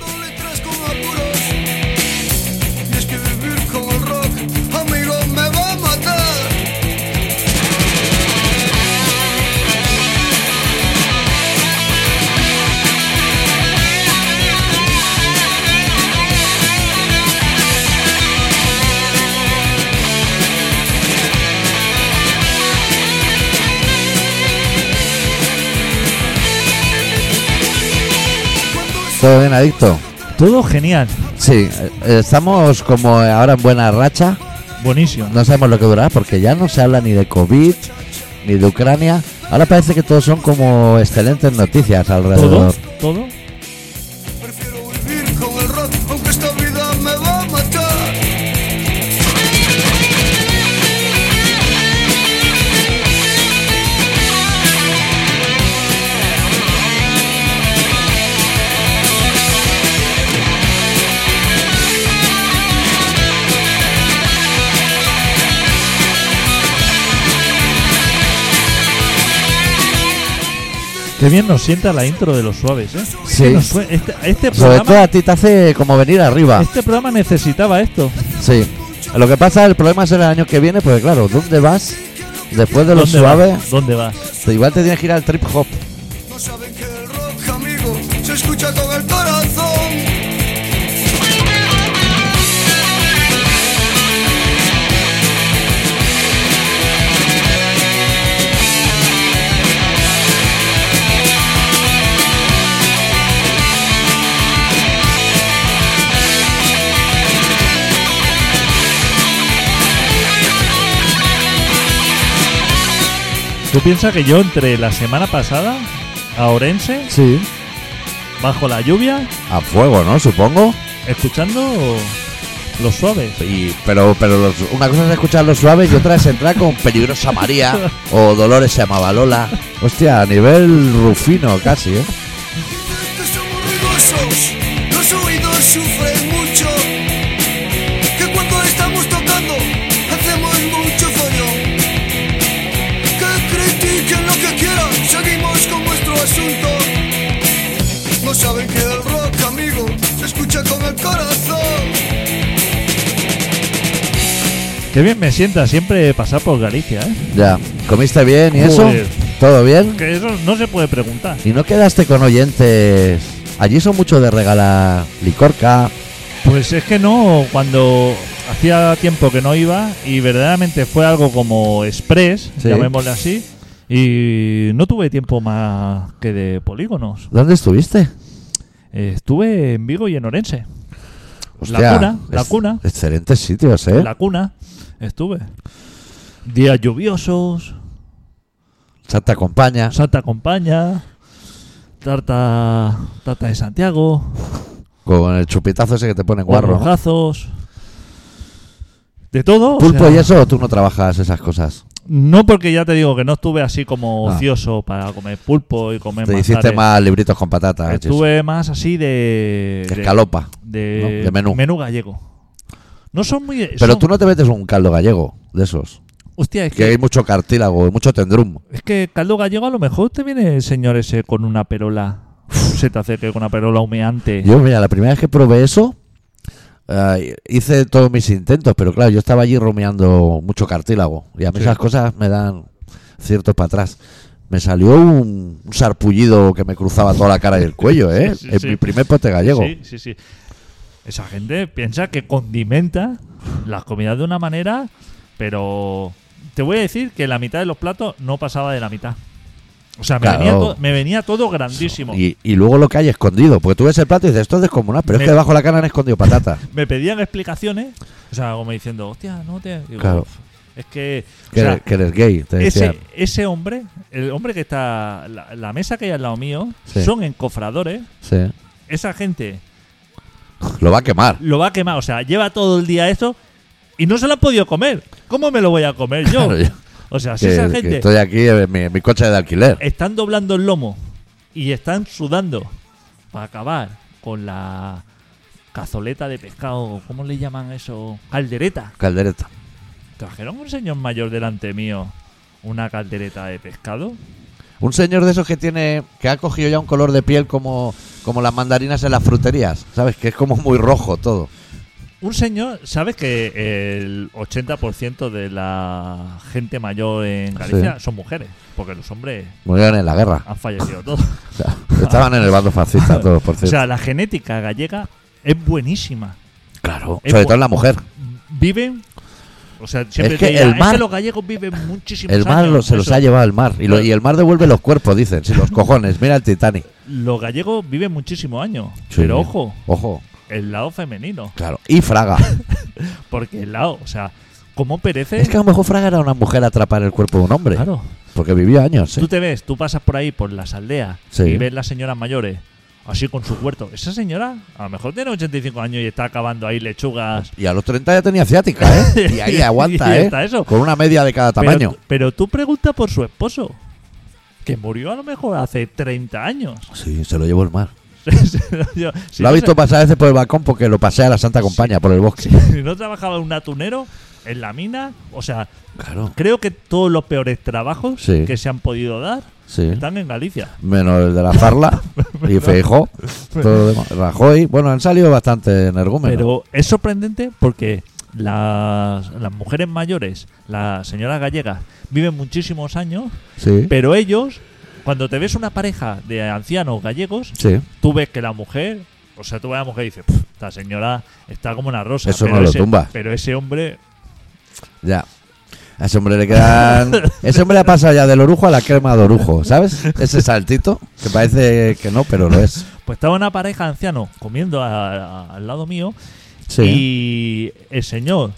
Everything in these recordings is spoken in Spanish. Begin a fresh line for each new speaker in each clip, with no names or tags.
Dándole tres con apuros. Y es que vivir con el rock, amigo, me va a matar. Cuando
¿Todo bien, adicto?
Todo genial,
Sí, eh, estamos como ahora en buena racha.
buenísimo.
No sabemos lo que durará porque ya no se habla ni de COVID ni de Ucrania. Ahora parece que todos son como excelentes noticias
Todo,
alrededor.
todo.
Prefiero vivir con el rock, aunque esta vida me va a matar.
Qué bien nos sienta la intro de los suaves, ¿eh?
Sí.
Que nos fue- Este, este
Sobre todo
programa,
a ti te hace como venir arriba.
este programa necesitaba esto.
Sí. Lo que pasa, el problema es el año que viene, porque claro, ¿dónde vas? Después de lo
¿Dónde vas?
suave,
¿Dónde vas?
te- igual te tienes que ir al trip hop.
No saben que el rock, amigo, se escucha con el corazón.
Tú piensas que yo entre la semana pasada a Orense,
Sí.
bajo la lluvia,
A fuego, ¿no? Supongo.
escuchando los suaves.
Y, pero pero los- una cosa es escuchar los suaves y otra es entrar con Peligrosa María o Dolores se llamaba Lola. Hostia, a nivel rufino casi, ¿eh?
Que somos ruidosos, los oídos sufren mucho. Que cuando estamos tocando hacemos mucho follo. Que critiquen lo que quieran, seguimos con nuestro asunto. No saben que el rock, amigo, se escucha con el corazón.
Qué bien me sienta siempre pasar por Galicia, ¿eh?
Ya. ¿Comiste bien y eso?
Joder.
¿Todo bien?
Que eso no se puede preguntar.
¿Y no quedaste con oyentes? Allí son mucho de regalar licorca.
Pues es que no, cuando hacía tiempo que no iba y verdaderamente fue algo como express,
Sí.
llamémosle así, y no tuve tiempo más que de polígonos.
¿Dónde estuviste?
Eh, Estuve en Vigo y en Orense. La
Hostia,
cuna, la
ex-
cuna.
Excelentes sitios, ¿eh?
En la cuna estuve. Días lluviosos,
Santa acompaña.
Santa Compaña, tarta, tarta de Santiago,
Con el chupitazo ese que te ponen guarro. ¿no?
guarrojazos, de todo. o
Pulpo
sea,
y eso, tú no trabajas esas cosas.
No porque ya te digo que no estuve así como
Ah.
ocioso para comer pulpo y comer
Te
manjares.
hiciste más ah, libritos con patatas.
Estuve más así de...
de escalopa.
de,
¿no? De menú.
gallego. No son muy...
Pero
son-
tú no te metes un caldo gallego de esos.
Hostia, es
Que
que,
hay mucho cartílago, mucho tendrum.
es que caldo gallego a lo mejor te viene el señor ese con una perola... Se te hace que con una perola humeante.
Yo, mira, la primera vez que probé eso, eh, hice todos mis intentos, pero claro, yo estaba allí rumiando mucho cartílago. Y a mí
Sí.
esas cosas me dan ciertos para atrás. Me salió un, un sarpullido que me cruzaba toda la cara y el cuello, ¿eh?
Sí,
en
sí.
mi primer pote gallego.
Sí, sí, sí. Esa gente piensa que condimenta las comidas de una manera, pero te voy a decir que la mitad de los platos no pasaba de la mitad. O sea, me,
Claro.
venía, to- me venía todo grandísimo.
Y, y luego lo que hay escondido, porque tú ves el plato y dices, esto es descomunal, pero
Me-
es que debajo de la cara han escondido patatas.
Me pedían explicaciones, o sea, como diciendo, hostia, no te. digo,
Claro.
Es que. o
que,
sea,
eres- que eres gay, te decían.
ese, ese hombre, el hombre que está. La, la mesa que hay al lado mío,
Sí.
son encofradores.
Sí.
Esa gente
Lo va a quemar.
lo va a quemar. O sea, lleva todo el día eso y no se lo ha podido comer. ¿Cómo me lo voy a comer yo?
Claro, yo-
o sea, si
que-
esa
que
gente Eh.
estoy aquí en mi, en mi coche de alquiler.
están doblando el lomo y están sudando para acabar con la cazoleta de pescado, ¿cómo le llaman eso? Caldereta.
Caldereta.
Trajeron un señor mayor delante mío una caldereta de pescado.
Un señor de esos que tiene. que ha cogido ya un color de piel como, como las mandarinas en las fruterías, ¿sabes? Que es como muy rojo todo.
Un señor, ¿sabes que el 80% de la gente mayor en Galicia son mujeres? Porque los hombres
Murieron en la guerra.
han fallecido todos.
O sea, estaban en el bando fascista todos, por
O
cierto.
sea, la genética gallega es buenísima.
claro.
es
Sobre
bu-
todo en la mujer.
Viven. O sea, siempre
Es que
te dirán,
el
"Es
mar-
los gallegos viven muchísimos
El mar
años".
lo- se los
Eso.
ha llevado el mar. Y, lo- y el mar devuelve los cuerpos, dicen. Sí, los cojones. Mira el Titanic.
Los gallegos viven muchísimos años.
Sí.
Pero ojo,
Ojo.
el lado femenino.
Claro. Y Fraga.
Porque el lado, o sea, ¿cómo perece?
Es que a lo mejor Fraga era una mujer atrapar el cuerpo de un hombre.
Claro.
Porque vivió años,
Tú
¿eh?
te ves, tú pasas por ahí, por las aldeas,
Sí.
y ves las señoras mayores, así con su huerto. Esa señora, a lo mejor tiene 85 años y está acabando ahí lechugas.
Y a los 30 ya tenía ciática, ¿eh? Y ahí aguanta,
Y
¿eh?
está eso.
Con una media de cada
Pero,
tamaño.
tú- pero tú preguntas por su esposo, que murió a lo mejor hace 30 años.
Sí, se lo llevó el mar.
Yo- si
lo ha
no
visto pasar a veces por el balcón porque lo pasea la Santa Compañía por el bosque.
tra- si no trabajaba en un atunero, en la mina, o sea,
Claro.
creo que todos los peores trabajos
Sí.
que se han podido dar
Sí.
están en Galicia.
Menos el de la Zarla y Feijó. Todo lo demás. Rajoy. Bueno, han salido bastante energúmenos.
Pero es sorprendente porque las, las mujeres mayores, las señoras gallegas, viven muchísimos años,
Sí.
pero ellos, cuando te ves una pareja de ancianos gallegos,
Sí.
tú ves que la mujer, o sea, tú ves a la mujer y dices, "Puf, esta señora está como una rosa.
Eso
pero
no lo
ese-
tumba.
Pero ese hombre,
Ya. A ese hombre le quedan. Ese hombre le ha pasado ya del orujo a la crema de orujo, ¿sabes? Ese saltito que parece que no, pero lo es.
pues estaba una pareja de ancianos comiendo a- a- al lado mío Y el señor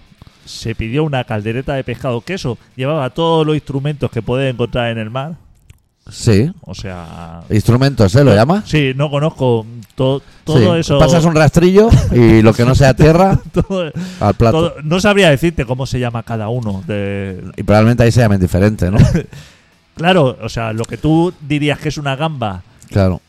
se pidió una caldereta de pescado queso. Llevaba todos los instrumentos que puedes encontrar en el mar.
Sí.
O sea.
Instrumentos, ¿eh? ¿Lo llama?
Sí, no conozco to- todo
Sí.
eso.
Pasas un rastrillo y lo que no sea tierra
todo-
al plato.
todo- no sabría decirte cómo se llama cada uno. de-
Y probablemente ahí se llamen diferente, ¿no?
claro, o sea, lo que tú dirías que es una gamba.
Claro.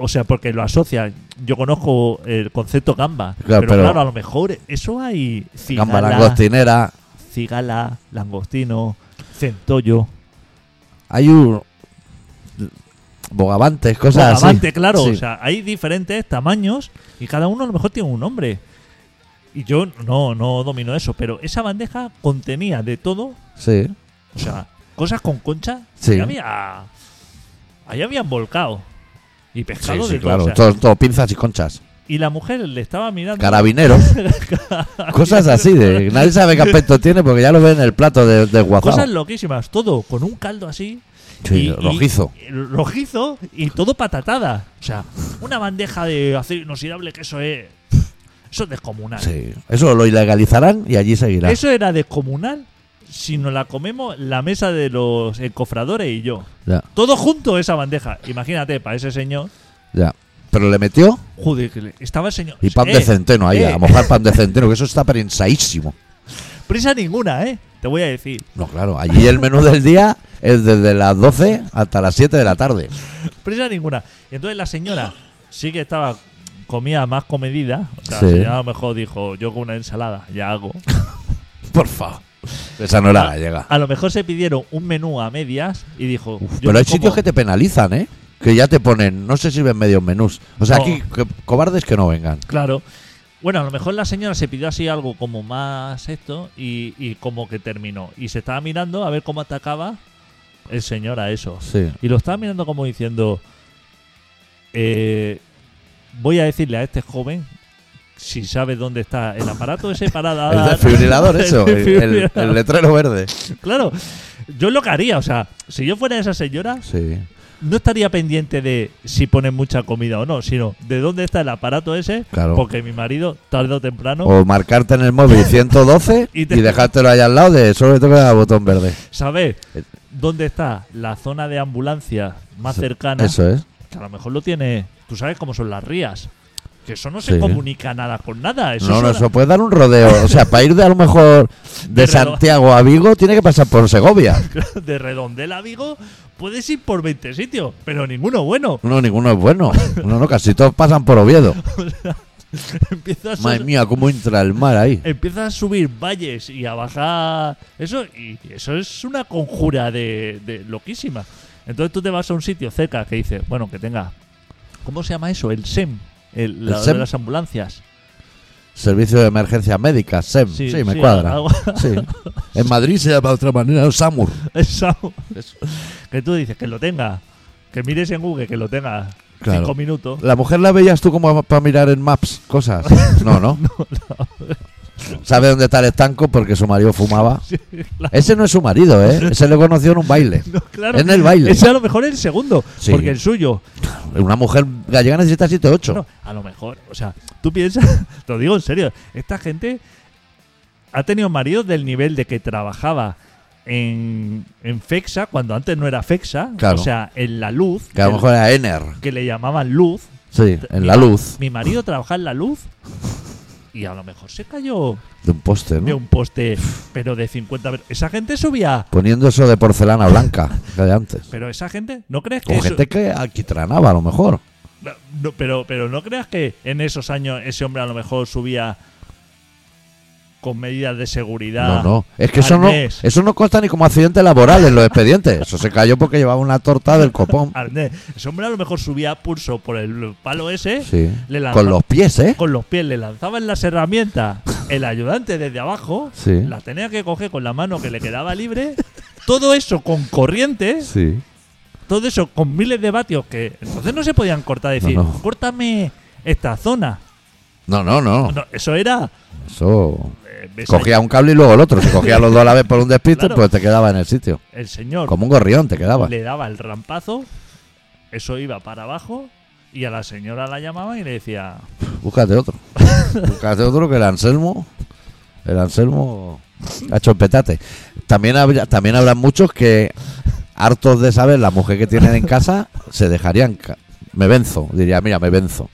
O sea, porque lo asocian. Yo conozco el concepto gamba.
Claro,
pero,
pero-
claro, a lo mejor eso hay.
Gamba
Cigala,
langostinera.
cigala, langostino, centollo.
Hay un. Bogavantes, cosas así.
Bogavante, claro.
Sí.
O sea, hay diferentes tamaños y cada uno a lo mejor tiene un nombre. Y yo no, no domino eso, pero esa bandeja contenía de todo,
Sí.
o sea, cosas con concha.
Sí.
que había. Ahí habían volcado. Y pescado
sí,
de todo, o
claro.
sea,
Todo, todo pinzas y conchas.
Y la mujer le estaba mirando.
Carabineros. cosas así de. Nadie sabe qué aspecto tiene porque ya lo ven en el plato de, de guazao.
Cosas loquísimas, todo con un caldo así.
Sí, rojizo.
y- rojizo y todo patatada. O sea, una bandeja de acero inoxidable que eso es. Eso es descomunal.
Sí. Eso lo ilegalizarán y allí seguirá.
Eso era descomunal si nos la comemos la mesa de los encofradores y yo.
Ya,
Todo junto esa bandeja. Imagínate, para ese señor.
ya. Pero le metió
Joder, que le- estaba el señor.
y pan
Eh,
de centeno ahí,
eh,
a mojar pan de centeno, que eso está prensadísimo.
Prisa ninguna, ¿eh? Te voy a decir.
No, claro, allí el menú del día es desde las 12 hasta las 7 de la tarde.
Prisa ninguna. Y entonces la señora sí que estaba. Comía más comedida. O sea,
Sí.
la señora a lo mejor dijo: Yo con una ensalada ya hago.
Por favor. Esa
Ah.
no era gallega.
A lo mejor se pidieron un menú a medias y dijo:
Uf,
yo
pero hay
como-
sitios que te penalizan, ¿eh? Que ya te ponen, no se sirven medios menús. O sea,
No.
aquí que- cobardes que no vengan.
Claro. Bueno, a lo mejor la señora se pidió así algo como más esto y, y como que terminó. Y se estaba mirando a ver cómo atacaba el señor a eso.
Sí.
Y lo estaba mirando como diciendo, eh, voy a decirle a este joven si sabe dónde está el aparato ese para dar-
El desfibrilador, eso.
El
el- El,
desfibrilador.
el letrero verde.
Claro, yo es lo que haría, o sea, si yo fuera esa señora,
Sí.
no estaría pendiente de si ponen mucha comida o no, sino de dónde está el aparato ese,
Claro. Oh.
porque mi marido, tarde o temprano,
O marcarte en el móvil 112 y,
Y te-
dejártelo ahí al lado de solo le toca el botón verde.
sabe
Eh.
dónde está la zona de ambulancia más
Eso-
cercana,
Eso es.
que a lo mejor lo tiene, tú sabes cómo son las rías, que eso no
Sí.
se comunica nada con nada, eso
No,
es
no,
una-
eso puede dar un rodeo. O sea, para ir de a lo mejor de
De reloj.
Santiago a Vigo tiene que pasar por Segovia.
de redondel a Vigo, puedes ir por 20 sitios, pero ninguno bueno.
No, ninguno es bueno. No, no, casi todos pasan por Oviedo.
empieza, a
Madre
ser-
mía, cómo entra el mar ahí.
empieza a subir valles y a bajar. Eso, y eso es una conjura de, de loquísima. Entonces tú te vas a un sitio cerca que dice, bueno, que tenga. ¿Cómo se llama eso? El SEM. El, la-
SEM?
de las ambulancias.
Servicio de emergencia médica, SEM. Mm, Sí, me cuadra.
algo-
Sí. En Madrid se llama de otra manera SAMUR.
Eso.
Eso.
Que tú dices que lo tenga. Que mires en Google que lo tenga.
Claro.
Cinco minutos.
¿La mujer la veías tú como para mirar en maps cosas? No, ¿no? ¿Sabe dónde está el estanco? Porque su marido fumaba. Ese no es su marido, ¿eh? Ese le conoció en un baile.
No, claro.
En el baile.
Ese a lo mejor es el segundo.
Sí.
Porque el suyo.
Una mujer gallega necesita 7 8.
no, a lo mejor. O sea, tú piensas. Te lo digo en serio. Esta gente ha tenido maridos del nivel de que trabajaba. En, en Fexa, cuando antes no era Fexa,
Claro.
o sea, en la luz,
Que a lo
el-
mejor era Ener.
que le llamaban luz,
Sí, en
Mi
la
ma-
luz.
Mi marido trabaja en la luz y a lo mejor se cayó
De un poste,
de
¿no?
un poste, pero de 50 metros. Esa gente subía.
Poniendo eso de porcelana blanca, que de antes.
Pero esa gente, ¿no crees
O
que eso-
gente que alquitranaba, a lo mejor.
no, no, pero, pero no creas que en esos años ese hombre a lo mejor subía con medidas de
No,
seguridad.
no. Es que
al
eso no,
mes.
eso no consta ni como accidente laboral en los expedientes. Eso se cayó porque llevaba una torta del copón.
Arnés. Ese hombre a lo mejor subía pulso por el palo ese,
Sí.
le lanzaba-
Con los pies, ¿eh?
con los pies, le lanzaban las herramientas. El ayudante desde abajo
Sí.
la tenía que coger con la mano que le quedaba libre. Todo eso con corrientes,
Sí.
todo eso con miles de vatios que entonces no se podían cortar. Decir,
No, no.
córtame esta zona.
No, no, no.
No, eso era.
Eso.
eh, ves ahí
Cogía un cable y luego el otro. Si cogía los dos a la vez por un despiste,
Claro.
pues te quedaba en el sitio.
El señor
Como un gorrión te quedaba.
le daba el rampazo, eso iba para abajo, y a la señora la llamaba y le decía,
Búscate otro. Búscate otro que el Anselmo. El Anselmo ha hecho el petate. También, habría- también habrá muchos que, hartos de saber la mujer que tienen en casa, se dejarían. ca- Me venzo. Diría, mira, me venzo.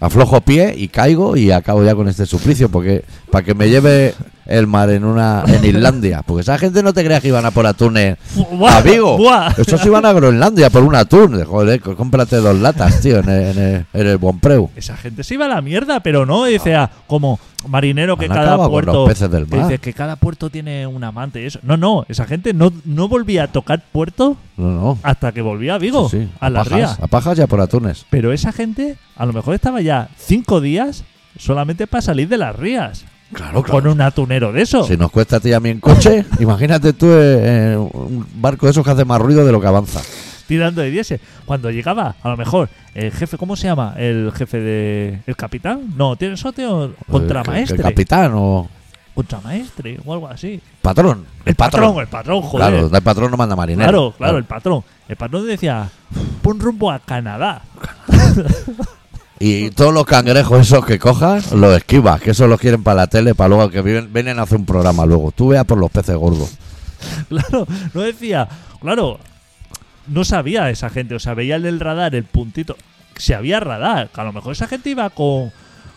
Aflojo pie y caigo y acabo ya con este suplicio. Porque para que me lleve el mar en una en Islandia. Porque esa gente no te creas que iban a por atunes
"Buah,
a Vigo.
buah".
Estos iban a Groenlandia por un atún. De, Joder, co- cómprate dos latas, tío, en el, en el, en el Bonpreu.
Esa gente se iba a la mierda, pero no, dice, ah, como marinero que
Han
cada
acabado con
puerto...
los peces del
que
mar.
dice que cada puerto tiene un amante y eso. No, no, esa gente no, no volvía a tocar puerto
No, no.
hasta que volvía a Vigo,
Sí, sí.
a la
pajas,
ría.
A pajas y a por atunes.
Pero esa gente a lo mejor estaba ya cinco días solamente para salir de las rías.
Claro,
Con un atunero de eso.
Si nos cuesta a ti y a mí en coche, imagínate tú eh, eh, un barco de esos que hace más ruido de lo que avanza.
tirando de diésel. Cuando llegaba, a lo mejor, el jefe, ¿cómo se llama? El jefe de. ¿El capitán? No, tiene socio
Eh, El,
contramaestre.
el capitán o
contramaestre o algo así.
patrón.
El patrón, el patrón, joder.
Claro,
Claro,
el patrón no manda marinero.
claro, el patrón. El patrón decía, pon rumbo a Canadá.
Y todos los cangrejos esos que cojas, los esquivas, que esos los quieren para la tele, para luego que viven- vienen a hacer un programa luego. Tú veas por los peces gordos.
Claro, no decía, claro, no sabía esa gente, o sea, veía el del radar, el puntito. Si había radar, que a lo mejor esa gente iba con,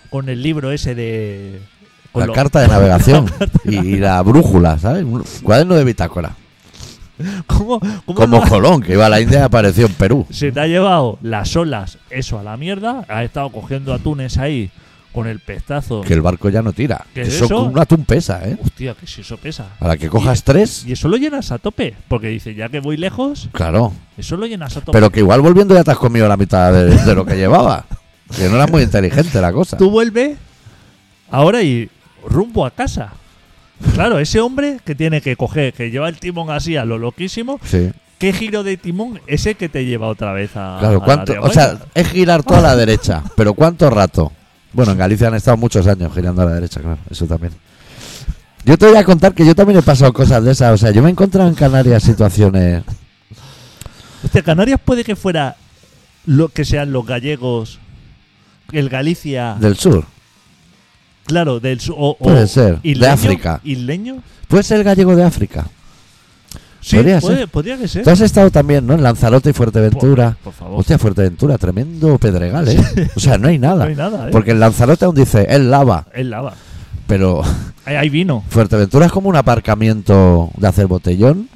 con el libro ese de. con
La
lo-
carta de navegación y, y la brújula, ¿sabes? Un cuaderno de bitácora.
¿Cómo, cómo
Como
lo ha-
Colón, que iba a la India y apareció en Perú.
se te ha llevado las olas, eso a la mierda. Has estado cogiendo atunes ahí con el pestazo.
Que el barco ya no tira.
Pues ¿Qué
Que
es
eso
eso?
con un atún pesa, ¿eh?
Hostia, que si eso pesa.
A la que cojas tres,
Y eso lo llenas a tope. Porque dice, ya que voy lejos,
claro.
eso lo llenas a tope.
Pero que igual volviendo ya te has comido la mitad de, de lo que llevaba. Que no era muy inteligente la cosa.
tú vuelves ahora y rumbo a casa. Claro, ese hombre que tiene que coger, que lleva el timón así a lo loquísimo,
Sí,
¿qué giro de timón es el que te lleva otra vez a. a
claro.
la
¿cuánto,
área
o sea,
buena?
es girar toda la derecha. Pero ¿cuánto rato? Bueno, en Galicia han estado muchos años girando a la derecha, claro. Eso también. Yo te voy a contar que yo también he pasado cosas de esas. O sea, yo me he encontrado en Canarias situaciones.
Hostia, Canarias puede que fuera lo que sean los gallegos, el Galicia.
Del sur.
Claro, del su- o, o
Puede ser, de
isleño,
África.
¿Isleño?
Puede ser gallego de África.
Sí,
Podría
podría,
ser.
podría que ser.
Tú has estado también, ¿no? En Lanzarote y Fuerteventura.
¿Eh? Por, por favor.
Hostia, Fuerteventura, tremendo pedregal, ¿eh? O sea, no hay
no
nada.
hay nada, ¿eh?
Porque en Lanzarote aún dice, es lava,
Es lava.
pero
Hay, hay vino.
Fuerteventura es como un aparcamiento de hacer botellón,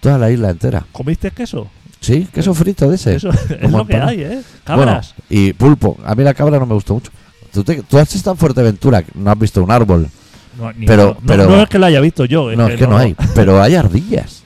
toda la isla entera.
¿Comiste queso?
Sí, queso frito de ese.
Eso es lo que
montón.
hay, ¿eh? Cabras.
Bueno, y pulpo. A mí la cabra no me gustó mucho. ¿Tú, te- tú has estado en Fuerteventura, no has visto un árbol.
No, ni-
Pero-
no,
pero-
no es Pues que lo haya visto yo.
no, es que no, hay, pero hay ardillas.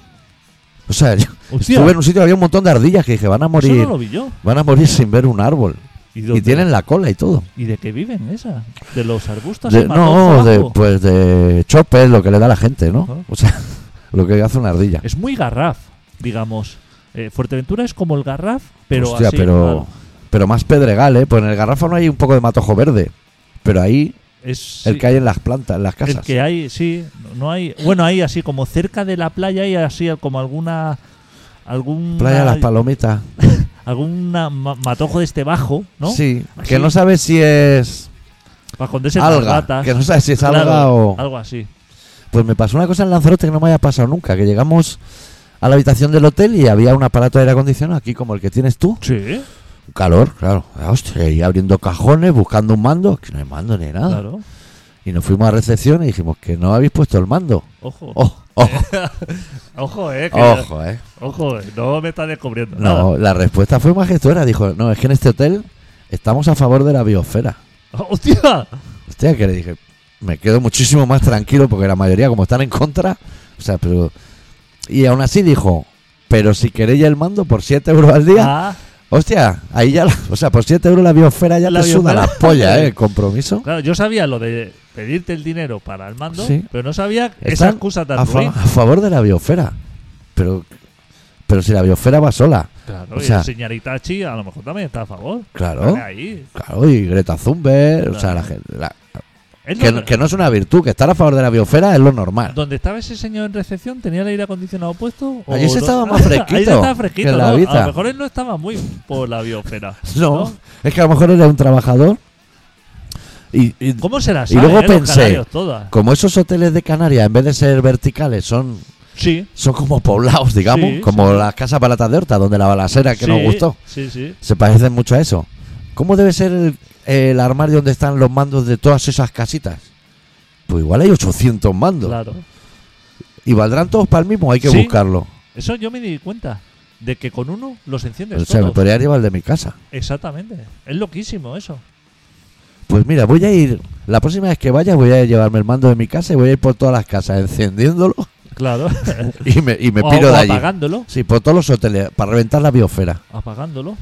O sea, yo
Hostia,
estuve en un sitio que había un montón de ardillas que dije, van a
eso
morir,
no lo vi yo.
van a morir sin ver un árbol.
¿Y,
Y
dónde-
tienen la cola y todo.
¿y de qué viven esas? ¿De los arbustos?
De-
y
no,
matojos
de,
abajo?
pues de chopes, lo que le da a la gente, ¿no?
Ajá.
O sea, lo que hace una ardilla.
Es muy garraf, digamos. Eh, Fuerteventura es como el garraf, pero
Hostia,
así.
pero,
claro.
pero más pedregal, ¿eh? Pues en el garrafón hay un poco de matojo verde. Pero ahí,
Es,
el que hay en las plantas, en las
el
casas.
que hay, sí. No hay, bueno, hay así como cerca de la playa hay así como alguna... Algún,
Playa de las Palomitas.
algún matojo de este bajo, ¿no?
Sí,
Así.
que no sabes si es
Para esconderse en las
alga.
ratas.
Que no sabes si es
Claro,
alga o.
Algo así.
Pues me pasó una cosa en Lanzarote que no me haya pasado nunca. Que llegamos a la habitación del hotel y había un aparato de aire acondicionado aquí como el que tienes tú.
Sí,
Un calor, claro. Ah, Hostia, y abriendo cajones, buscando un mando. Que no hay mando ni nada.
claro.
Y nos fuimos a recepción y dijimos que no habéis puesto el mando.
Ojo.
Oh, ojo,
Ojo, eh. que-
ojo, eh.
ojo, eh, no me está descubriendo. nada.
No, la respuesta fue majestuosa. Dijo, no, es que en este hotel estamos a favor de la biosfera.
¡Hostia!
Hostia, que le dije, me quedo muchísimo más tranquilo porque la mayoría como están en contra, o sea, pero... Y aún así dijo, pero si queréis el mando por 7 euros al día,
Ah,
hostia, ahí ya, la- o sea, por 7 euros la biosfera ya
La
te suda
biosfera.
la polla, ¿eh? El compromiso.
claro, yo sabía lo de pedirte el dinero para el mando,
Sí.
pero no sabía esa
Están
excusa tan
A, fa-
ruin.
a favor de la biosfera. Pero, pero si la biosfera va sola,
Claro,
o
y
sea-
el señor Itachi a lo mejor también está a favor.
claro.
Vale, ahí.
Claro, y Greta Thunberg, o sea,
Claro.
la gente... la-
Es
que,
lo
no- que no es una virtud, que estar a favor de la biosfera es lo normal.
¿Donde estaba ese señor en recepción tenía el aire acondicionado puesto? ¿O
Allí se
no-
estaba más
Ahí está-
fresquito
Ahí estaba fresquito,
que en la
¿no? A
vida.
lo mejor él no estaba muy por la biosfera.
No,
¿no?
es que a lo mejor era un trabajador. Y, y
¿Cómo será? eh,
luego pensé- como esos hoteles de Canarias, en vez de ser verticales, son,
Sí.
son como poblados, digamos,
Sí,
como las casas baratas de Horta, donde la balacera que
sí,
nos gustó,
Sí, sí.
se parecen mucho a eso. ¿Cómo debe ser el, el armario donde están los mandos de todas esas casitas? Pues igual hay 800 mandos.
Claro.
Y valdrán todos para el mismo, hay que
Sí.
buscarlo.
Eso yo me di cuenta de que con uno los enciendes
Pues, O sea, me
todos.
podría llevar el de mi casa.
Exactamente. Es loquísimo eso.
Pues mira, voy a ir. La próxima vez que vaya, voy a llevarme el mando de mi casa y voy a ir por todas las casas encendiéndolo
Claro.
y me, y me
O-
piro
o
de allí.
apagándolo.
Sí, por todos los hoteles, para reventar la biosfera.
Apagándolo.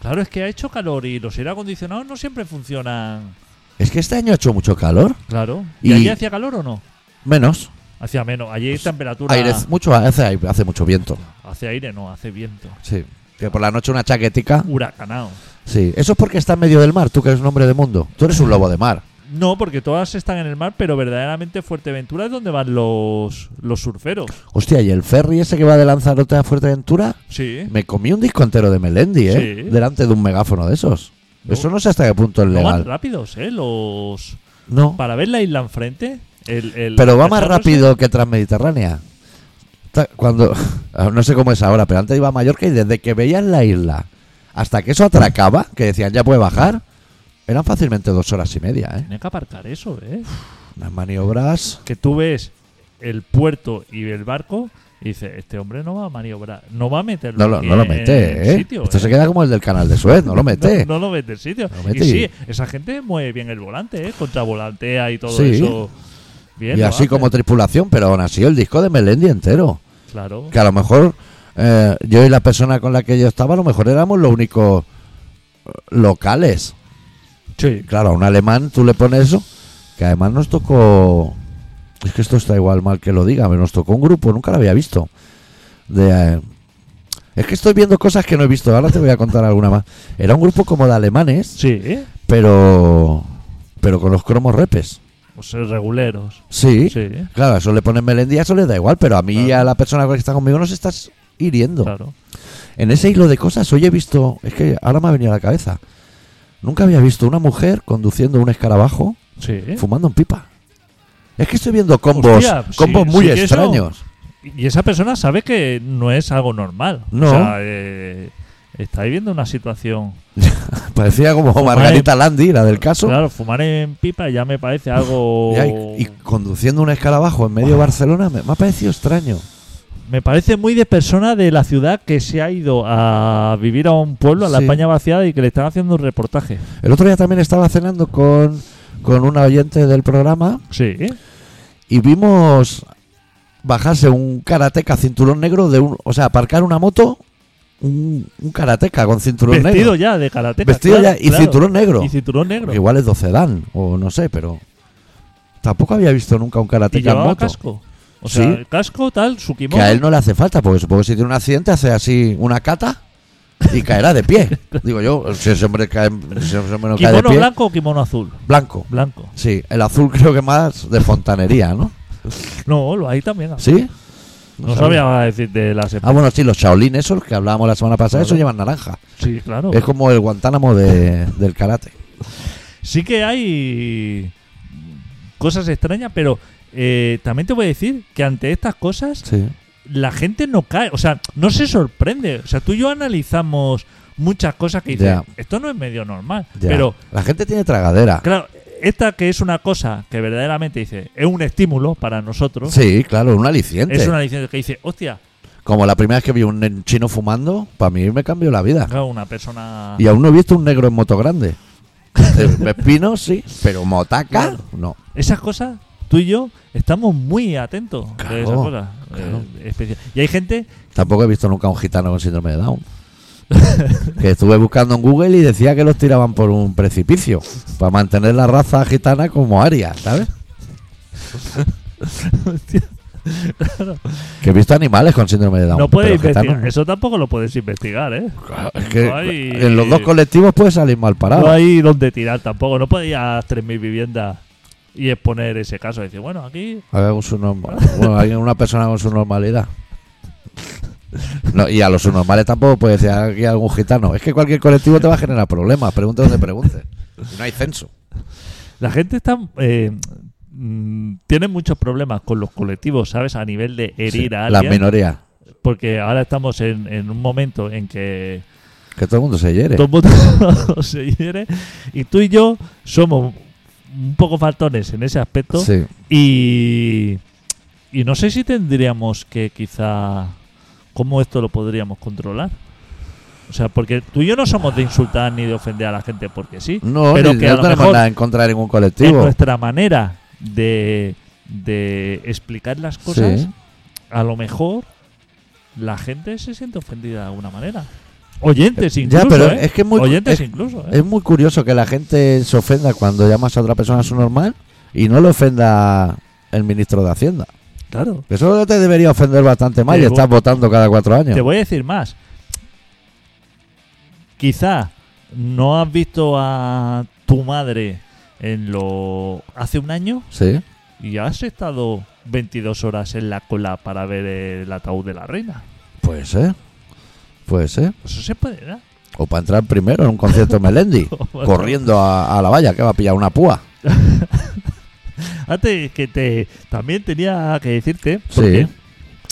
Claro, es que ha hecho calor y los aire acondicionados no siempre funcionan.
Es que este año ha hecho mucho calor,
Claro. ¿Y,
Y-
allí hacía calor o no?
menos.
Hacía menos. Allí hay temperatura.
Pues, Aire, mucho, hace, hace mucho viento.
Hace aire, no, hace viento.
Sí. Que por la noche una chaquetica.
Huracanado.
Sí. Eso es porque está en medio del mar, tú que eres un hombre de mundo. Tú eres un lobo de mar.
No, porque todas están en el mar, pero verdaderamente Fuerteventura es donde van los, los surferos.
Hostia, y el ferry ese que va de Lanzarote a Fuerteventura,
Sí.
me comí un disco entero de Melendi, ¿eh?
Sí.
Delante de un megáfono de esos.
No.
Eso no sé hasta qué punto es
No van
legal.
rápidos, ¿eh? Los.
No.
Para ver la isla enfrente. El, el-
Pero va
el
más
charco ese-
rápido que Transmediterránea. Ta- Cuando. ah, No sé cómo es ahora, pero antes iba a Mallorca y desde que veías la isla hasta que eso atracaba, que decían ya puede bajar, eran fácilmente dos horas y media, ¿eh?
Tiene que aparcar eso, ¿eh?
Unas maniobras.
Que tú ves el puerto y el barco y dices, este hombre no va a maniobrar, no va a meterlo.
No lo,
aquí
no lo
en el
mete, ¿eh?
sitio,
Esto
¿eh?
se queda como el del canal de Suez, no lo mete.
No, no lo mete el sitio.
No lo mete
y
y-
sí, esa gente mueve bien el volante, ¿eh? Contravolantea y todo
Sí.
eso. Bien,
y
lo
así
hace.
como tripulación, pero aún así el disco de Melendi entero.
Claro.
Que a lo mejor eh, yo y la persona con la que yo estaba, a lo mejor éramos los únicos eh, locales.
Sí.
Claro, a un alemán tú le pones eso, que además nos tocó. Es que esto está igual mal que lo diga, pero nos tocó un grupo, nunca lo había visto. De, eh, es que estoy viendo cosas que no he visto, ahora te voy a contar alguna más. Era un grupo como de alemanes,
Sí, ¿eh?
pero. Pero con los cromos repes.
O sea, reguleros.
Sí.
Sí, ¿eh?
Claro, eso le ponen Melendi, eso le da igual, pero a mí y
Claro.
a la persona que está conmigo nos estás hiriendo.
claro.
En ese hilo de cosas, hoy he visto. Es que ahora me ha venido a la cabeza. Nunca había visto una mujer conduciendo un escarabajo
Sí. ¿eh?
fumando en pipa. Es que estoy viendo combos,
Hostia, sí,
combos muy
sí que eso-
extraños.
Y esa persona sabe que no es algo normal.
No.
O sea, eh, está viviendo una situación.
Parecía como Margarita Landi, la del caso.
Claro, fumar en pipa ya me parece algo.
Y, ahí- y conduciendo un escarabajo en medio de Barcelona me, me ha parecido extraño.
Me parece muy de persona de la ciudad que se ha ido a vivir a un pueblo, a la
Sí.
España vaciada, y que le están haciendo un reportaje.
El otro día también estaba cenando con, con una oyente del programa
Sí.
y vimos bajarse un karateca cinturón negro de un. O sea, aparcar una moto, un, un karateca con cinturón
Vestido
negro.
ya de karate.
Vestido ya y cinturón negro.
Y cinturón negro.
Igual es 12 dan, o no sé, pero. Tampoco había visto nunca un
y
karateca en
llevaba
moto.
casco. O sea,
Sí.
el casco tal, su kimono.
Que a él no le hace falta, porque supongo que si tiene un accidente hace así una cata y caerá de pie. Digo yo, si ese hombre, cae, si ese hombre no cae de
¿Kimono
pie,
blanco o kimono azul?
blanco.
Blanco.
Sí, el azul creo que más de fontanería, ¿no?
No, lo hay también.
¿Sí?
No, sabía nada decir de las
Ah, bueno, sí, los Shaolin esos que hablábamos la semana pasada,
Claro.
esos llevan naranja.
Sí, claro.
Es como el Guantánamo de- del karate.
Sí que hay cosas extrañas, pero eh, también te voy a decir que ante estas cosas
Sí.
la gente no cae, o sea, no se sorprende. O sea, tú y yo analizamos muchas cosas que dices,
Ya.
esto no es medio normal.
Ya.
Pero,
la gente tiene tragadera.
claro, esta que es una cosa que verdaderamente dice, es un estímulo para nosotros,
Sí, claro, un aliciente.
es una licencia que dice, hostia,
Como la primera vez que vi un ne- chino fumando, para mí me cambió la vida.
claro, una persona...
Y aún no he visto un negro en moto grande. Eh, Espino, sí, pero motaca, no.
Esas cosas, tú y yo, estamos muy atentos
Claro,
de esas cosas.
claro.
eh, especial. y hay gente
Tampoco he visto nunca un gitano con síndrome de Down. que estuve buscando en Google y decía que los tiraban por un precipicio para mantener la raza gitana como aria, ¿sabes? que he visto animales con síndrome de Down.
no puede
pero
investigar.
gitanos no.
Eso tampoco lo puedes investigar, ¿eh?
Claro, es que
No hay-
en los dos colectivos puede salir mal parado.
No hay donde tirar tampoco. No puedes ir a las 3.000 viviendas y exponer ese caso. Decir, bueno, aquí.
Hay un subnormal- bueno, hay una persona con su normalidad. No, y a los subnormales tampoco puede decir "Ah, aquí algún gitano. Es que cualquier colectivo te va a generar problemas. Pregunte donde pregunte. Y No hay censo.
La gente está. eh, mm, tiene muchos problemas con los colectivos, ¿sabes? A nivel de herir
Sí,
a
Las
alguien.
minorías.
Porque ahora estamos en, en un momento en que
Que todo el mundo se hiere.
todo el mundo se hiere. Y tú y yo somos un poco faltones en ese aspecto.
Sí.
Y, y no sé si tendríamos que quizá... ¿Cómo esto lo podríamos controlar? O sea, porque tú y yo no somos de insultar ni de ofender a la gente porque sí.
No,
pero
ni-
que
no
a lo
tenemos
mejor
nada en contra de ningún
en
colectivo.
nuestra manera de, de explicar las cosas,
Sí.
a lo mejor la gente se siente ofendida de alguna manera. Oyentes
Ya,
incluso,
pero
¿eh?
es que es muy-
Oyentes
es-
incluso, ¿eh?
Es muy curioso que la gente se ofenda cuando llamas a otra persona a su normal y no le ofenda el ministro de Hacienda.
Claro.
Eso te debería ofender bastante más
Te
y
vo-
estás votando cada cuatro años.
Te voy a decir más. Quizá no has visto a tu madre en lo hace un año
Sí.
y has estado 22 horas en la cola para ver el ataúd de la reina.
Puede ser. Puede ser.
Eso se puede dar.
O para entrar primero en un concierto de Melendi. corriendo a, a la valla, que va a pillar una púa.
Antes que te también tenía que decirte
Sí.
porque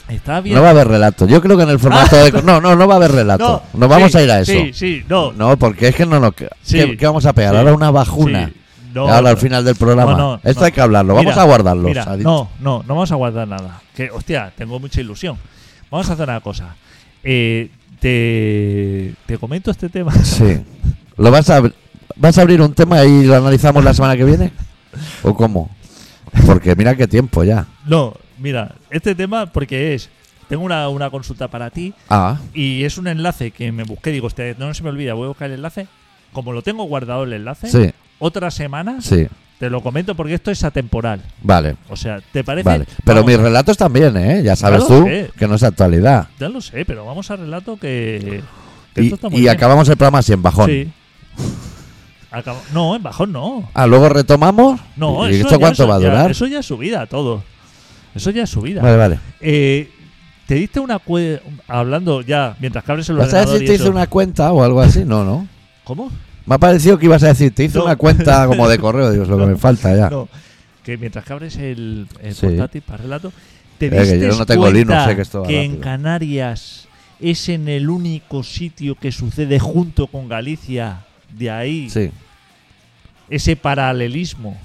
estaba bien.
No va a haber relato. Yo creo que en el formato de. No, no, no va a haber relato. No, vamos
sí,
a ir a eso.
Sí, sí, no.
No, porque es que no nos. que-
Sí.
¿qué, qué vamos a pegar?
Sí.
Ahora una bajuna.
sí, no,
Ahora al
no.
final del programa.
No, no,
Esto
no.
hay que hablarlo. Vamos
Mira,
a guardarlo.
Mira,
ha dicho.
no, no, no vamos a guardar nada. Que, hostia, tengo mucha ilusión. Vamos a hacer una cosa. Eh, te, te comento este tema.
Sí. ¿Lo vas a, abr- vas a abrir un tema y lo analizamos la semana que viene? ¿O cómo? Porque mira qué tiempo ya.
No, mira, este tema porque es... Tengo una, una consulta para ti
Ah,
y es un enlace que me busqué. Digo, hostia, no se me olvida, voy a buscar el enlace. Como lo tengo guardado el enlace,
sí,
otra semana
sí.
te lo comento porque esto es atemporal.
Vale,
O sea, ¿te parece?
vale. Pero
Vamos,
mis relatos también, ¿eh? Ya sabes
Claro,
tú
sí.
que no es actualidad.
Ya lo sé, pero vamos al relato que... que
Y,
esto está
y
muy bien.
acabamos el programa así en bajón.
Sí. Acabo- No, en bajón no.
Ah, luego retomamos.
No,
¿Y
eso
esto
ya
cuánto
es-
va a
ya-
durar?
eso ya es subida todo. Eso ya es subida.
Vale, vale.
Eh, te diste una cue- hablando ya mientras que abres el
¿Vas a
ordenador
decir
y
te
eso.
hice una cuenta o algo así? No, no.
¿Cómo?
Me ha parecido que ibas a decir, te hice
No.
una cuenta como de correo, Dios, lo que
No.
me falta ya.
No. Que mientras que abres el, el
Ah. Sí.
portátil para relato, te
Eh, que
diste
yo no tengo
cuenta
Linux, sé que esto va
en
rápido.
Canarias es en el único sitio que sucede junto con Galicia. De ahí
Sí,
ese paralelismo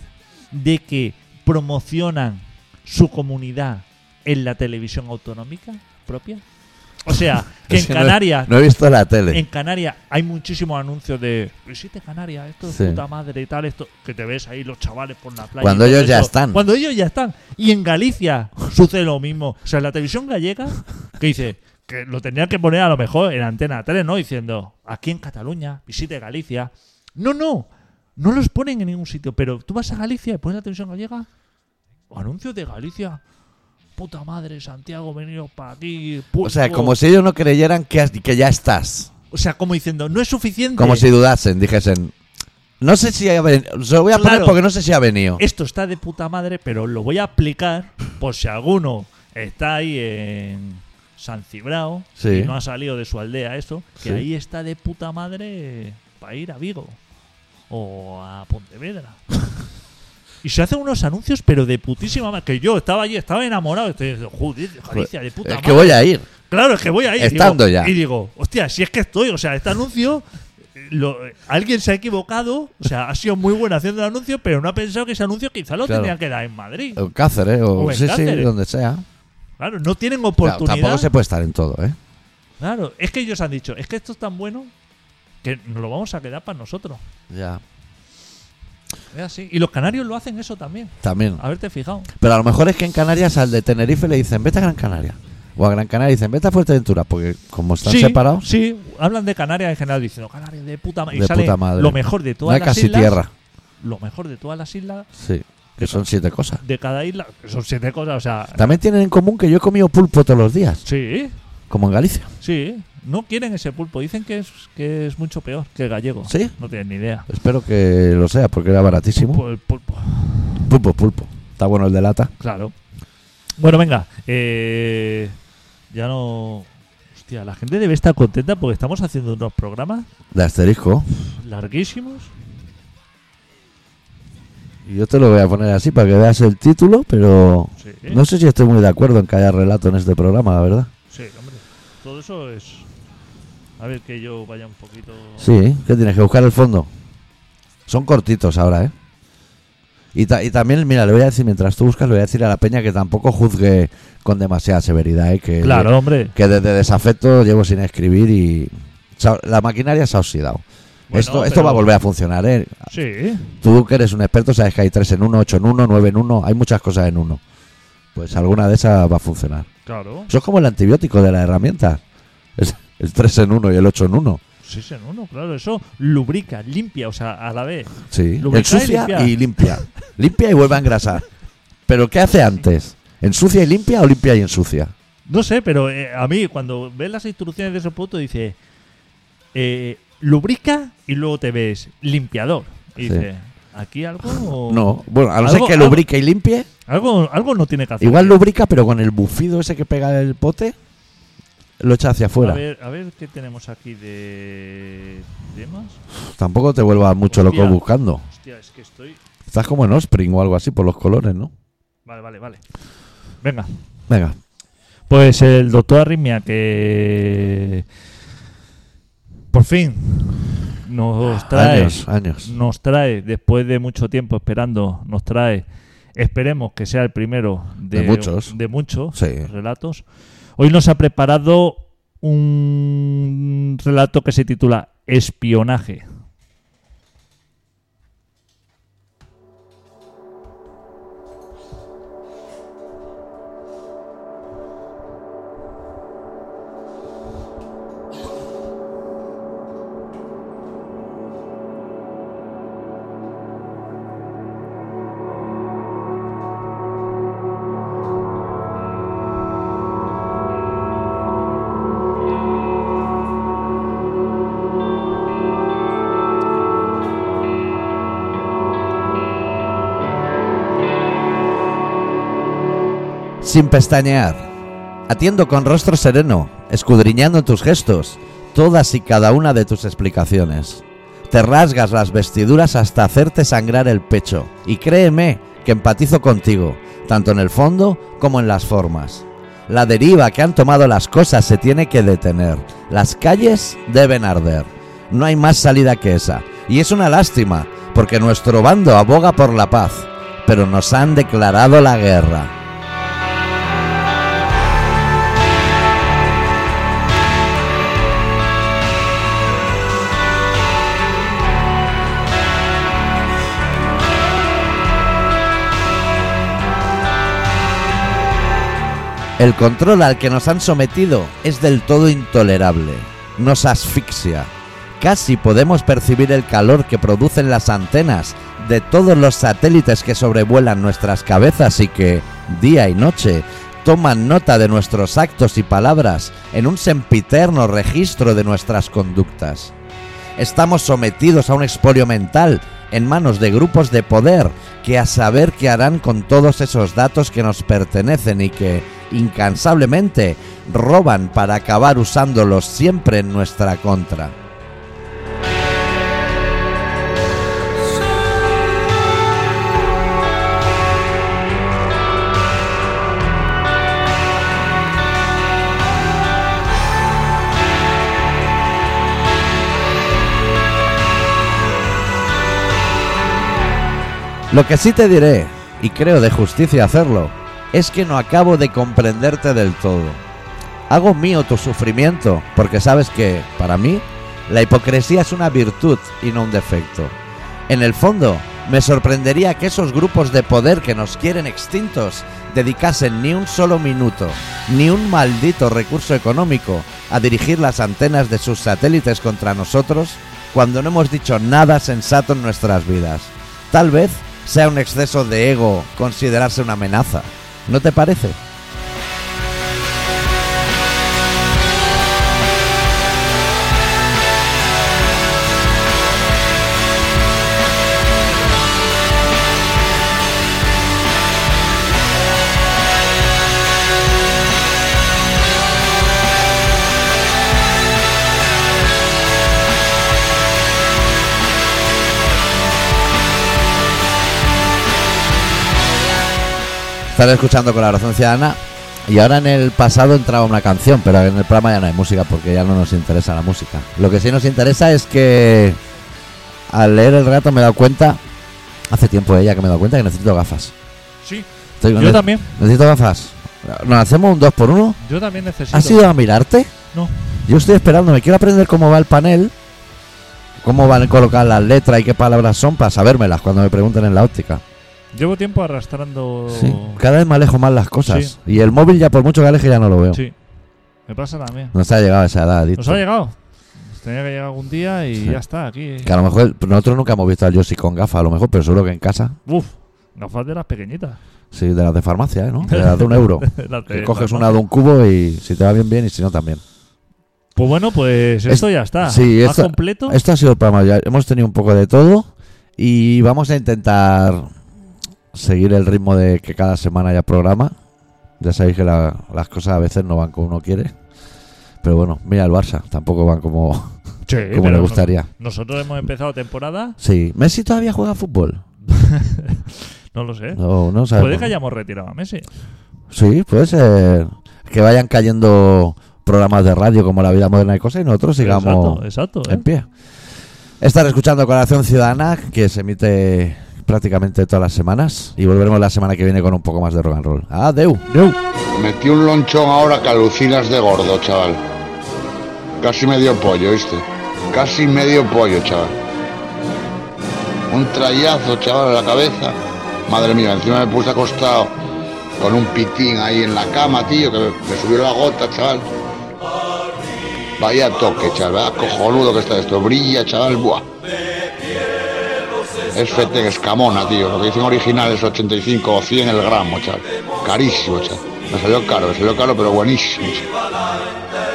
de que promocionan su comunidad en la televisión autonómica? propia? O sea, que en
Es que no he-
Canarias
No he visto la tele.
Ah. en Canarias hay muchísimos anuncios de visite Canarias, esto es
Sí.
puta madre y tal, esto que te ves ahí los chavales por la playa.
Cuando
y todo
ellos ya
eso.
están.
Cuando ellos ya están. Y en Galicia sucede lo mismo. O sea, la televisión gallega que dice que lo tendrían que poner a lo mejor en Antena 3, ¿no? Diciendo, aquí en Cataluña, visite Galicia. No, no, no los ponen en ningún sitio, pero tú vas a Galicia y pones la televisión gallega, anuncios de Galicia. Puta madre, Santiago, venidos para aquí.
O sea,
Puerto".
como si ellos no creyeran que, has- que ya estás.
O sea, como diciendo, no es suficiente.
Como si dudasen, dijesen. No sé si ha venido. Se lo voy a poner
Claro.
porque no sé si ha venido.
esto está de puta madre, pero lo voy a aplicar por si alguno está ahí en San Cibrao
Sí.
y no ha salido de su aldea eso,
Sí.
que ahí está de puta madre para ir a Vigo o a Pontevedra. Y se hacen unos anuncios, pero de putísima madre. Que yo estaba allí, estaba enamorado. Estoy diciendo, joder, Galicia, de
Pues,
puta
es
madre.
que voy a ir.
Claro, es que voy ahí. digo,
Estando ya.
Y digo, hostia, si es que estoy, o sea, este anuncio. eh, lo- eh, alguien se ha equivocado, o sea, ha sido muy bueno haciendo el anuncio, pero no ha pensado que ese anuncio quizá lo
Claro.
tenía que dar en Madrid.
O en Cáceres, o,
O en
sí, sí,
Cáceres.
donde sea.
Claro, no tienen
Claro,
oportunidad.
tampoco se puede estar en todo, ¿eh?
Claro, es que ellos han dicho, es que esto es tan bueno que nos lo vamos a quedar para nosotros.
Ya.
Es así. Y los canarios lo hacen eso también,
También.
haberte fijado.
Pero a lo mejor es que en Canarias al de Tenerife le dicen, vete a Gran Canaria. O a Gran Canaria dicen, vete a Fuerteventura. Porque como están
sí,
separados,
Sí, hablan de Canarias en general diciendo, Canarias de puta madre. Y
De
sale
puta madre.
lo mejor de
no
todas
hay
las
casi
islas.
tierra.
Lo mejor de todas las islas,
Sí. Que son siete cosas.
de cada isla. Son siete cosas, o sea,
También tienen en común que yo he comido pulpo todos los días,
Sí,
como en Galicia.
sí. No quieren ese pulpo. Dicen que es, que es mucho peor que el gallego.
¿Sí?
No tienen ni idea.
Espero que lo sea, porque era baratísimo.
Pulpo, el pulpo.
Pulpo, pulpo. Está bueno el de lata.
Claro. Bueno, venga. eh, ya no. Hostia, la gente debe estar contenta porque estamos haciendo unos programas
De asterisco.
larguísimos.
Y Yo te lo voy a poner así para que veas el título, pero
Sí,
no sé si estoy muy de acuerdo en que haya relato en este programa, la verdad.
sí, hombre. Todo eso es. A ver que yo vaya un poquito.
Sí, que tienes que buscar el fondo. Son cortitos ahora, ¿eh? Y, ta- y también, mira, le voy a decir, mientras tú buscas, le voy a decir a la peña que tampoco juzgue con demasiada severidad, ¿eh? Que,
Claro, hombre.
que desde desafecto llevo sin escribir y se ha- la maquinaria se ha oxidado.
Bueno,
esto, esto
pero-
va a volver a funcionar, ¿eh?
Sí.
Tú que eres un experto sabes que hay 3 en 1, 8 en 1, 9 en 1, hay muchas cosas en 1. Pues alguna de esas va a funcionar.
Claro.
Eso es como el antibiótico de las herramientas. Es el 3 en 1 y el 8 en 1.
Sí, sí, no, no, claro. Eso lubrica, limpia, o sea, a la vez.
Sí,
Lubricar
ensucia
y
y limpia. Limpia y vuelve a engrasar. Pero ¿qué hace antes? ¿Ensucia y limpia o limpia y ensucia?
No sé, pero eh, a mí cuando ves las instrucciones de ese producto dice eh, lubrica y luego te ves limpiador. Y
Sí.
dice, ¿aquí algo?
No, bueno, a no ser
Algo-
que
algo-
lubrique y limpie,
Algo, algo no tiene que hacer.
igual lubrica, pero con el bufido ese que pega el pote, lo echa hacia
a
afuera.
ver, a ver qué tenemos aquí de temas.
Tampoco te vuelvas mucho
Hostia.
loco buscando.
Hostia, es que estoy.
Estás como en Ospring o algo así por los colores, ¿no?
Vale, vale, vale. Venga.
Venga,
Pues el doctor Arritmia que por fin nos trae
años, años.
nos trae, después de mucho tiempo esperando, nos trae, esperemos que sea el primero de,
De muchos.
de muchos
Sí.
relatos. Hoy nos ha preparado un relato que se titula Espionaje.
Sin pestañear. Atiendo con rostro sereno, escudriñando tus gestos, todas y cada una de tus explicaciones. Te rasgas las vestiduras hasta hacerte sangrar el pecho, y créeme que empatizo contigo, tanto en el fondo como en las formas. La deriva que han tomado las cosas se tiene que detener. Las calles deben arder. No hay más salida que esa. Y es una lástima, porque nuestro bando aboga por la paz, pero nos han declarado la guerra. El control al que nos han sometido es del todo intolerable. Nos asfixia. Casi podemos percibir el calor que producen las antenas de todos los satélites que sobrevuelan nuestras cabezas y que, día y noche, toman nota de nuestros actos y palabras en un sempiterno registro de nuestras conductas. Estamos sometidos a un expolio mental en manos de grupos de poder que a saber qué harán con todos esos datos que nos pertenecen y que, incansablemente, roban para acabar usándolos siempre en nuestra contra. Lo que sí te diré, y creo de justicia hacerlo, es que no acabo de comprenderte del todo. Hago mío tu sufrimiento, porque sabes que, para mí, la hipocresía es una virtud y no un defecto. En el fondo, me sorprendería que esos grupos de poder que nos quieren extintos dedicasen ni un solo minuto, ni un maldito recurso económico a dirigir las antenas de sus satélites contra nosotros cuando no hemos dicho nada sensato en nuestras vidas. Tal vez sea un exceso de ego considerarse una amenaza. ¿No te parece? Están escuchando Colaboración Ciudadana y ahora en el pasado entraba una canción, pero en el programa ya no hay música porque ya no nos interesa la música. Lo que sí nos interesa es que al leer el rato me he dado cuenta, hace tiempo ella que me he dado cuenta que necesito gafas.
Sí,
Estoy-
yo
nece-
también.
Necesito gafas. ¿Nos hacemos un 2 por 1
Yo también necesito.
¿Has ido a mirarte?
No.
Yo estoy esperando, me quiero aprender cómo va el panel, cómo van a colocar las letras y qué palabras son para sabérmelas cuando me pregunten en la óptica.
Llevo tiempo arrastrando.
Sí. Cada vez me alejo más las cosas. Y el móvil ya por mucho que aleje ya no lo veo.
Sí. Me pasa también.
Nos ha llegado a esa edad, adicto.
Nos ha llegado. Nos Tenía que llegar algún día y
Sí.
ya está, aquí.
Que a lo mejor el- pero nosotros nunca hemos visto al Yoshi con gafas, a lo mejor, pero seguro que en casa.
Uf, gafas de las pequeñitas.
Sí, de las de farmacia, ¿eh? ¿no? De las de un euro.
Las
Que
de-
coges una de un cubo y si te va bien, bien, y si no, también.
Pues bueno, pues
Es-
esto ya está.
sí,
Más
esto-
completo.
Esto ha sido el programa. ya hemos tenido un poco de todo y vamos a intentar seguir el ritmo de que cada semana haya programa. Ya sabéis que la- las cosas a veces no van como uno quiere. Pero bueno, mira el Barça, tampoco van como,
Sí,
como
pero
le gustaría.
nos- Nosotros hemos empezado temporada,
Sí, Messi todavía juega a fútbol.
no lo sé.
No, no sabemos.
¿Eh? Puede que hayamos retirado a Messi.
Sí, puede ser. Que vayan cayendo programas de radio como La Vida Moderna y cosas y nosotros sigamos
Exacto, exacto. ¿eh?
en pie. Estar escuchando Corazón Ciudadana, que se emite prácticamente todas las semanas. Y volveremos la semana que viene con un poco más de rock and roll. Adeu.
Metí un lonchón ahora que alucinas de gordo, chaval. Casi medio pollo, ¿viste? Casi medio pollo, chaval. Un trayazo, chaval, en la cabeza. Madre mía, encima me puse acostado con un pitín ahí en la cama, tío, que me, me subió la gota, chaval. Vaya toque, chaval, vaya cojonudo que está esto. Brilla, chaval, buah. Es Fetec Escamona, tío. Lo que dicen original es 85 o 100 el gramo, chaval. Carísimo, chaval. Me salió caro, me salió caro, pero buenísimo, chaval.